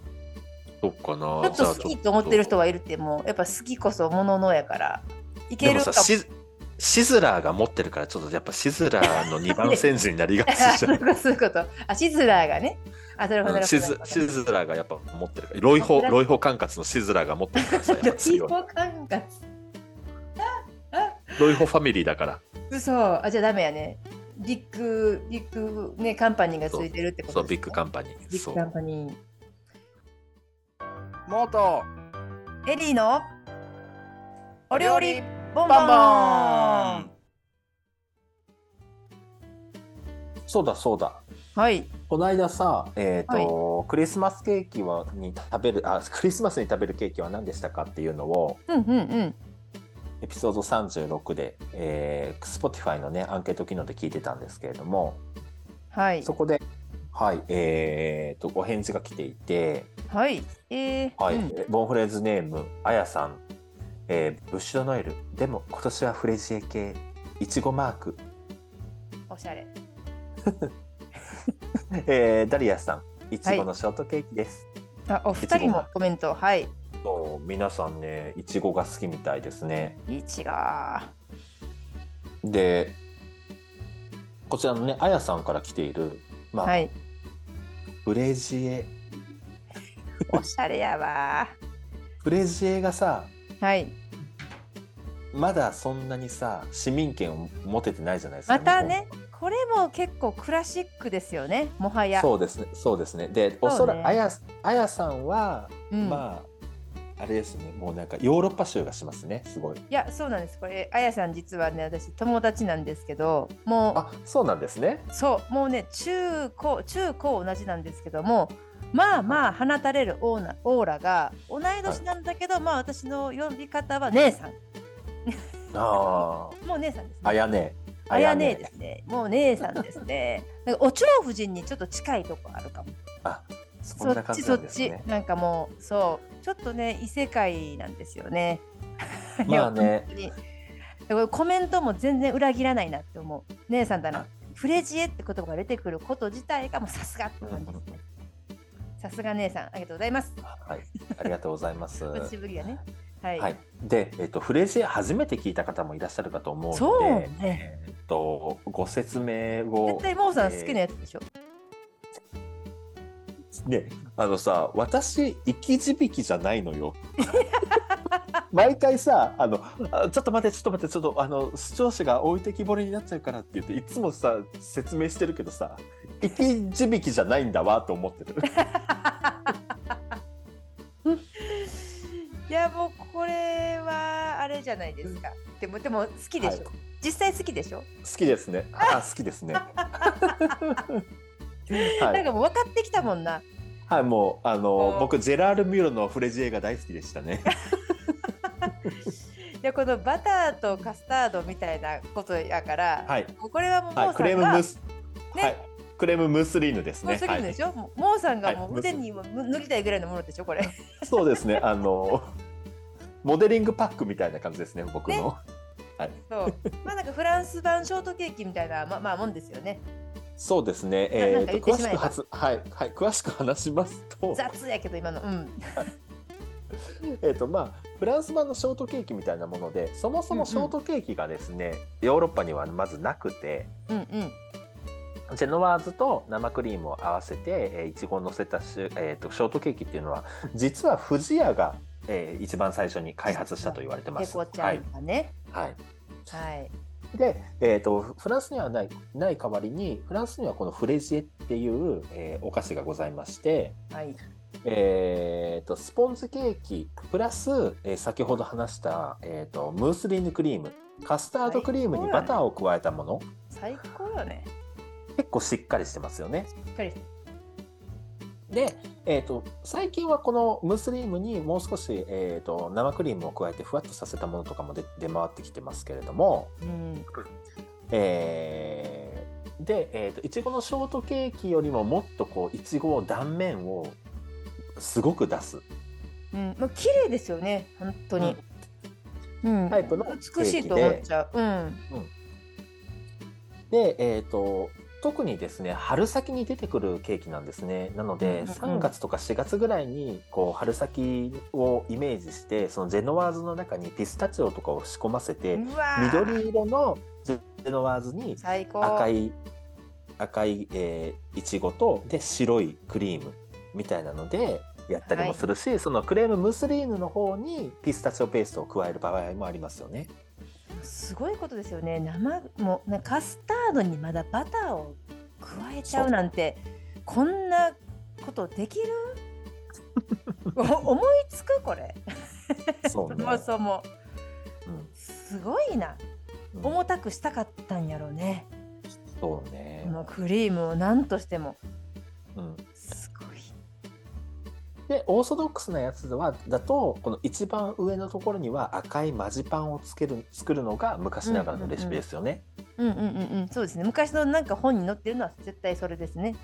そっかな
ちょっと好きと思ってる人はいるってもうやっぱ好きこそもののやからい
で
け
も
るか
さ
も。
シズシズラーが持ってるからちょっとやっぱシズラーの2番選手になりが
あ、
ちじ
そ *laughs*
ゃ
うい
ん
うことそういうこと。あ、シズラーがね。あ、それほどな
う
るほど
んシズシズラーがやっぱ持ってるからロイホロイホ管轄のシズラーが持ってるからさやっぱ
ドリ
強い
ポ管轄。
ロイホファミリーだから
嘘。あ、じゃあダメやね。ビッグ、ビッグね、カンパニーがついてるってこと
そうビッ
です
グ
ね
カンパニー
ビッ
そ
グカン
う
パニー。
元
エリーのお料理ボンボン
そうだそうだ
はい。
この間さ、えーとクリスマスケーキはに食べるあクリスマスに食べるケーキは何でしたかっていうのを
うんうんうん。
エピソード36で、えー、Spotify のねアンケート機能で聞いてたんですけれども
はい
そ。こで、はいえー、とお返事が来ていて、
はい。えー、
はい
うん
ボンフレーズネームあやさん、えーブッシュドノエルでも今年はフレジエ系いちごマーク、
おしゃれ。
えーダリアさんいちごのショートケーキです。
あ、お二人
いちご
もコメント。はい。
もう皆さんねいちごが好きみたいですね。
いちが。
でこちらのねあやさんから来ている、まあ
はい。
フレジエ
おしゃれやわ。
フレジエがさ
はい。
まだそんなにさ市民権を持ててないじゃないですか
またね、これも結構クラシックですよね。もは
日本
や。
そうですねそうですねで
うね
おそらくあやあやさんは、
うん
まああれですねもうなんかヨーロッパ州がしますねすごい
いや、そうなんです。これ、あやさん実はね、私友達なんですけど、もう。
あそうなんですね
そうもうね中高中高同じなんですけどもまあまあ放たれるオーナオーラが同い年なんだけど、まあ私の呼び方は姉さん
あ
もう姉さんです
ああ
ね。
やね
あや姉ですね。もう姉さんです
*laughs*
ね。なんかお蝶夫人にちょっと近いとこあるかも。
そ
そ
んな
っ
感
ち
じ
そ
なん
っ
です
ち
ね。
なんかもうそうちょっとね異世界なんですよね。*laughs*
まあね
本当に。だからコメントも全然裏切らないなって思う。姉さんだな
あ。
フレジエって言葉が出てくること自体がもうさすがって感じですね。さすが姉さん、ありがとうございます。
はいありがとうございます
ぶちぶりがね。はい。
はい、で、えっと、フレーズ初めて聞いた方もいらっしゃるかと思うので
そうね。
えっと、ご説明を
絶対モーさん好きなやつでしょ。
ねあのさ私生き字引きじゃないの
*laughs*
よ毎回さあのあ「ちょっと待ってちょっと待ってちょっとあの視聴者が置いてきぼりになっちゃうから」って言っていつもさ説明してるけどさ生き字引きじゃないんだわと思ってる
いやもうこれはあれじゃないですか。でもでも好きでしょ。
は
実際好きでしょ。
好きですねあ好きで
*laughs*
すねは
なん
い、
かもう分かってきたもんな。
はい、もうあの
お
僕ジェラール・ミューロのフレジエが大好きでし
*laughs*
たね
いやこのバターとカスタードみたいなことやから、
はい、
もうこれはもうモー
はい、
さ
クレ
ん
ーム
が、
ムース、
ね
はい、クレームムースリーヌです
もう
ね。
すぐでしょ、もうモーさんがもう腕にも塗りたいぐらいのものでしょ
*laughs*
これ。
はい、そうですね、あの。モデリングパックみたいな感じですね、僕の。
そう。まあなんかフランス版ショートケーキみたいなまあまあもんですよね。
そうですね、
なな
え
んか
ー、
言っ
と詳
てし
し
まえ
く
ば
はつ、はい、はい、詳しく話しますと。
雑やけど今のうん。
えっと、まあ、フランス版のショートケーキみたいなもので、そもそもショートケーキがですね。ヨーロッパにはまずなくて。
うんうん。
ジェノワーズと生クリームを合わせて、えー、いちごを乗せたしゅ、えー、とショートケーキっていうのは実は不二家が、えー、一番最初に開発したと言われてま
ペ
す。
コち
は
ゃ
い
んがね。
はい、
はい。
で、えー、とフランスにはないない代わりにフランスにはこのフレジエっていう、えーお菓子がございまして、
はい。
えー、とスポンジケーキプラス、えー先ほど話した、えー、とムースリーヌクリームカスタードクリームにバターを加えたもの、
最高よね。
結構しっかりしてますよね。
しっかりして。
で、えー、と最近はこのムースリームにもう少し、えー、と生クリームを加えてふわっとさせたものとかも出出回ってきてますけれども。
うん。
えーで、えーといちごのショートケーキよりももっとこういちごを断面をすごく出す
うん。まあ綺麗ですよね本当に。うん。
タイプの
美しいと思っちゃう。うん。
で、えー、と特にですね春先に出てくるケーキなんですねなので
うんうん
3月とか4月ぐらいにこう春先をイメージしてそのジェノワーズの中にピスタチオとかを仕込ませて
うわー
緑色のジェノワーズに
最高
赤い赤い、えーいちごとで白いクリームみたいなのでやったりもするし、そのクレームムスリーヌの方にピスタチオペーストを加える場合もありますよ *laughs* ね。
すごいことですよね生もうなカスタードにまだバターを加えちゃうなんてこんなことで
*laughs*
きるお思いつくこれ
そう
そ
ね、
もそも
うん
すごいな
うん
重たくしたかったんやろうね
そうね
こ、のクリームを何としても
うん、
すごい
でオーソドックスなやつはだとこの一番上のところには赤いマジパンをつける作るのが昔ながらのレシピですよね。
うんうんうんうんそうですね昔のなんか本に載ってるのは絶対それですね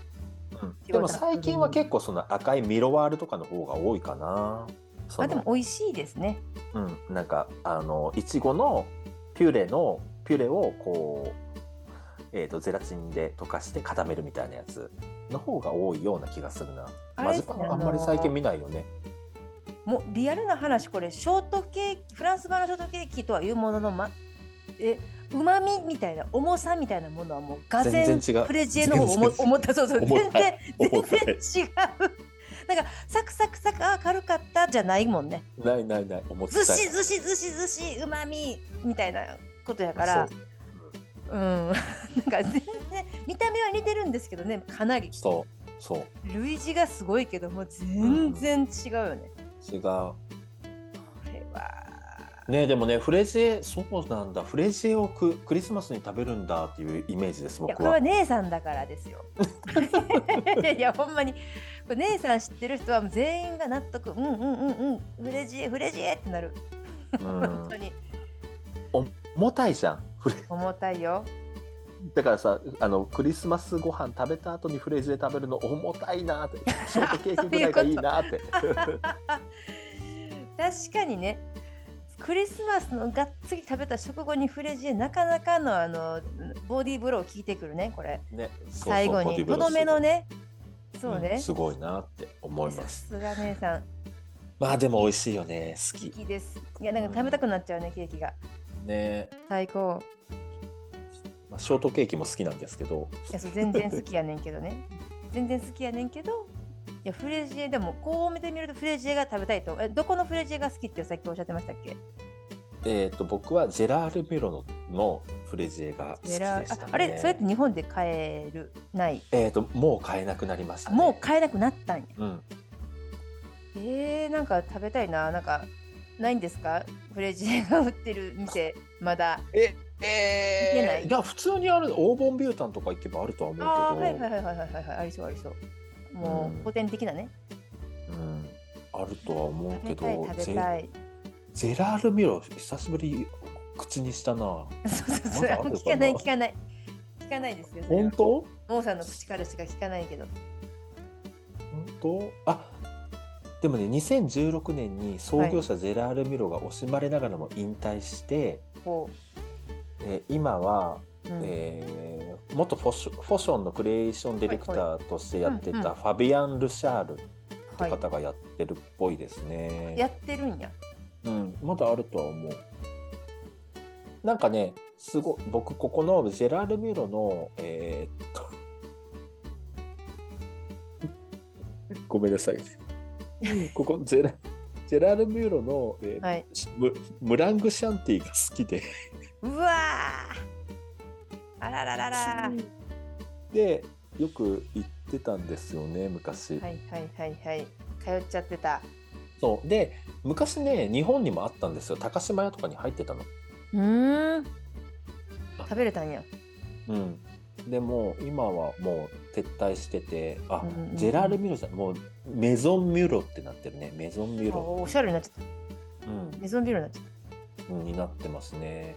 うんでも最近は結構その赤いミロワールとかの方が多いかな。その
あでも美味しいですね
うん、なんかあのいちごのピュレのピュレをこう、えー、とゼラチンで溶かして固めるみたいなやつの方が多いような気がするな
あれ
マジパンはあんまり最近見ないよね、
もうリアルな話これショートケーキフランス版のショートケーキとはいうもののまえうまみみたいな重さみたいなものはもうがぜ
全
ん
然違う
プレジエの方が重
全然
重たそうそう
重
全
た
然全然
い *laughs* 重たい
違うなんかサクサクサクあー軽かったじゃないもんね
ないないない思って
ず
た
しずしずしずしうまみみたいなことやから
そ
う
う
んなん *laughs* か全然見た目は似てるんですけどねかなり
そうそう
類似がすごいけどもう全然違うよね、
違う
これは
ねでもねフレジエそうなんだフレジエをククリスマスに食べるんだっていうイメージです
いや
僕
これ
は
は姉さんだからです
*laughs*
よ。いやほんまにこれ姉さん知ってる人はもう全員が納得うんうんうんうんフレジエフレジエってなる
うん
本当に
重たいじゃんフレ
重たいよ。
だからさあのクリスマスご飯食べた後にフレーズで食べるの重たいなーってショートケーキぐらいがいい
*laughs*
なーって
確かにねクリスマスのがっつり食べた食後にフレジエなかなかのあのボディーブロー効いてくるねこれ
ねそうそう
最後
ボデ
に
ィブ
とど
ロー
めのねそう
うん
ね。
すごいなーって思いま
さ
す
すが姉さん
まあでも美味しいよね好
好
き
きです。いやなんか食べたくなっちゃうねケーキが
ね、
最高。
まあ、ショートケーキも好きなんですけど
いやそう全然好きやねんけどね全然好きやねんけどいやフレジエでもこう見てみるとフレジエが食べたいとえどこのフレジエが好きってさっきおっしゃってましたっけ
えっ、と僕はジェラール・ミロののフレジエが好きで
ジェ
し
ラ
た、
ー
ね、
ああれそれって日本で買えるない
えっ、ともう買えなくなりました、ね、
もう買えなくなったんや
うん
えー、なんか食べたいななんかないんですかフレジエが売ってる店まだ
え
いけな
え
い
ー、いや普通にあるオーボンビュータンとか行けばあるとは思うけど
ああーはいはいはいはいはいはいありそうありそうも
う
う
ん
古典的なね
うんあるとは思う
食
け
べ
ど
たい食べたい
ゼゼラールミロ久しぶり口にしたな
そうそうそ
ま
う
だある
あんま
の
聞
かな
かない聞かない聞かないですよそれは
本当本
モーさんの口からしか聞かないけど
当あでもね2016年に創業者ゼラールミロが惜しまれながらも引退して、
こ
えー今は、
う、うん
えー元フォショフォションのクリエーションディレクターとしてやって
うんうん
たファビアン・ルシャールって
は
方がやってるっぽいですね。
い、やってるんや
うん、まだあるとは思う。なんかね、すごい僕ここのジェラール・ミュロの、えーっと *laughs* ごめん
*laughs*
なさい。ここジェラジェラール・ミュロの、えー
はい
しムムラングシャンティが好きで、
うわーあららららはい
でよく行ってたんですよね昔。
はいはいはい通っちゃってた
そうで昔ね日本にもあったんですよ高島屋とかに入ってたの。
うーん食べれたんや
うん、でも今はもう撤退しててあ、
うんうんうん
ジェラール・ミュロじゃんもうメゾン・ミュロってなってるねメゾン・ミュ
あ
ロ、
おしゃれになっちゃっ
うん
たメゾンビールになっちゃっ
うんになってますね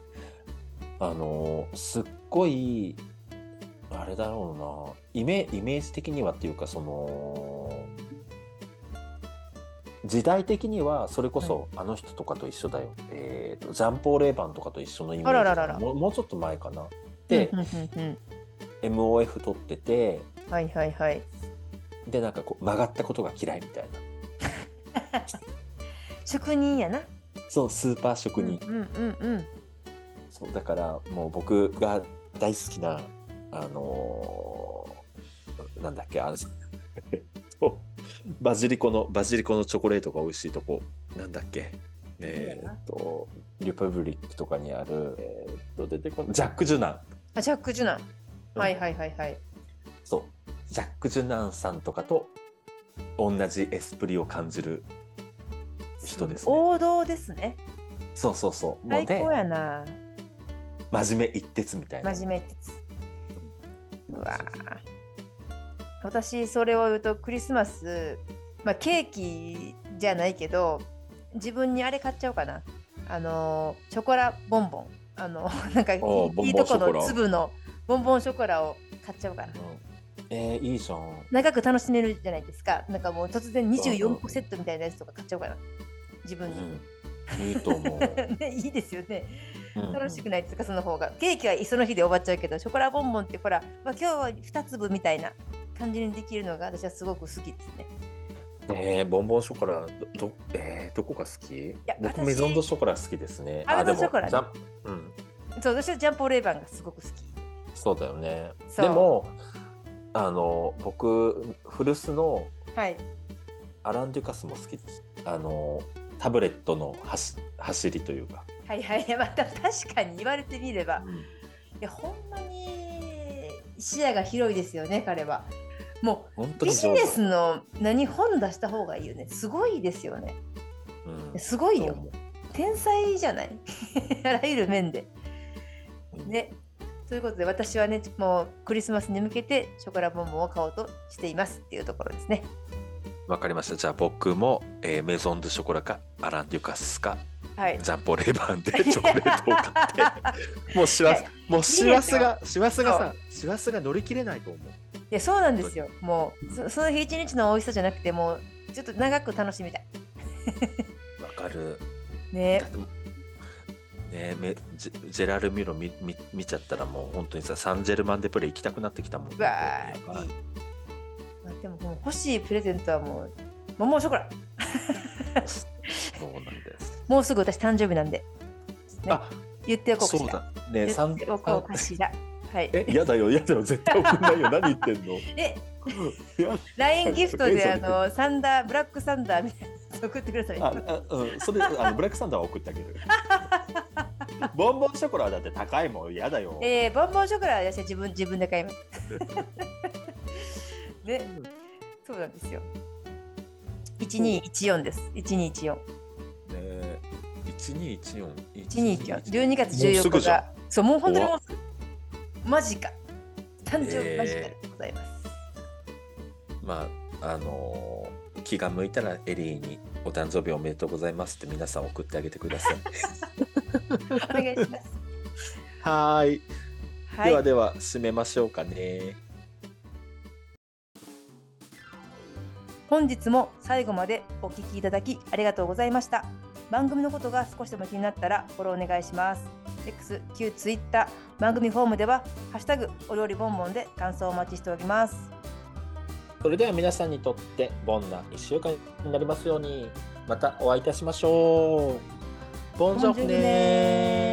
あのーすっごいあれだろうなイメイメージ的にはっていうかその時代的にはそれこそあの人とかと一緒だよ、えーとジャンポール・エヴァンとかと一緒のイメージ
あらららら
もうもうちょっと前かな
た
で、
うんうんうんうん
MOF 取ってて
はいはいはい。
でなんかこう曲がったことが嫌いみたいな
職人やな。
そうスーパー職人、
うんうんうん。
そうだからもう僕が大好きなあのーなんだっけ *laughs* あのバジリコのバジリコのチョコレートが美味しいとこなんだっけえーっとリパブリックとかにある、えーっと出てこないジャック・ジュナン
あジャック・ジュナン。
うん
はいはいはいはい。
そうジャック・ジュナンさんとかと同じエスプリを感じる人ですね
王道ですね。
そうそうそうもう
最
ね
高やな。
真面目一徹みたいな
真面目ってやつ。うわー私それを言うとクリスマス、まあ、ケーキじゃないけど自分にあれ買っちゃおうかなあのーショコラボンボンあの *laughs* なんかいい
ボンボン
いいとこ
ショコラ
の粒のボンボンショコラを買っちゃおうかな
うんえーいいじゃん
長く楽しめるじゃないですかなんかもう突然
うんう
24
ん
個セットみたいなやつとか買っちゃおうかな自分に、
うん、いいと思う。
*laughs* ね、いいですよね
うん
楽しくないですかその方がケーキはいその日で終わっちゃうけどショコラボンボンってほら、まあ、今日は2粒みたいな感じにできるのが私はすごく好きですね
えーボンボンショコラどどえーどこが好き
や
僕
私
メゾンドショコラ好きですね。
あメゾン
でも
ショコラね
ジャンうん
そう私はジャンポーレーバンがすごく好き
そうだよね。
そう
でもあの僕古巣の
はい
アラン・デュカスも好きです。あのタブレットの走走りというか。
はいはいいやまた *laughs* 確かに言われてみればいやほんまに視野が広いですよね彼はも
本
う
当
ビ
に
ジ
上手
ネスの何本出した方がいいよねすごいですよね
うん
すごい
そう
よ
思う
天才じゃないあらゆる面で。
うん
ね。ということで私はねもうクリスマスに向けてショコラボンボンを買おうとしていますっていうところですね。
わかりました。じゃあ僕も、えーメゾンドショコラかアラン・デュカスか
はい。
ジャンポレバ
*laughs*
ンでチョコレートを買って。もう師走、
い
もう師走が、師走が
そう
さ、師走が乗り切れないと思う。
いやそうなんですよ。もうそその日一日の美味しさじゃなくてもうちょっと長く楽しみたい。
わかる。
ね
だ。ってもうねえ、め、ジェ、ジェラルミロ見、見、見ちゃったら、もう本当にさ、サンジェルマンデプレ行きたくなってきたもん。
うわ
なんか
ーいい。まあ、でももう欲しいプレゼントはもうモンボンショコラ。
そうなんです。
もうすぐ私誕生日なんで
あ、
言っておこうか
そ
し
う
ら。
だ。ねえ、
言
サン
っておこうかしら。はい。
え、やだよ、やだよ、絶対送んないよ、何言っ
*laughs*
てんの。い
で
や
LINE ギフトで
そう
あのサンダーブラックサンダーみたいなやつ送ってください。
あ、あうん、それ、あの、ブラックサンダーは送って
*laughs*
あげる。ボンボンショコラはだって高いもん、やだよ。
えー、ボンボンショコラは私は自分自分で買います。ね、そうなんですよ。一二一四です。一二一四。
ね一二一四
一二一四。
1214
十二月十
もうす
四
ぐ
日
じゃん
が。そう、もう本当にも
怖
うすぐ。マジか。誕生
え
日
ー
マジかでござい
*laughs*
ます。
まああのー気が向いたらエリーに「お誕生日おめでとうございます」って皆さん送ってあげてください。
お願いします。
*laughs* はーい
はい。
ではでは締めましょうかね。
本日も最後までお聞きいただきありがとうございました番組のことが少しでも気になったらフォローお願いします X、Q、Twitter 番組フォームではハッシュタグお料理ボンボンで感想をお待ちしております
それでは皆さんにとってボンな1週間になりますようにまたお会いいたしましょう。ボンジョフねー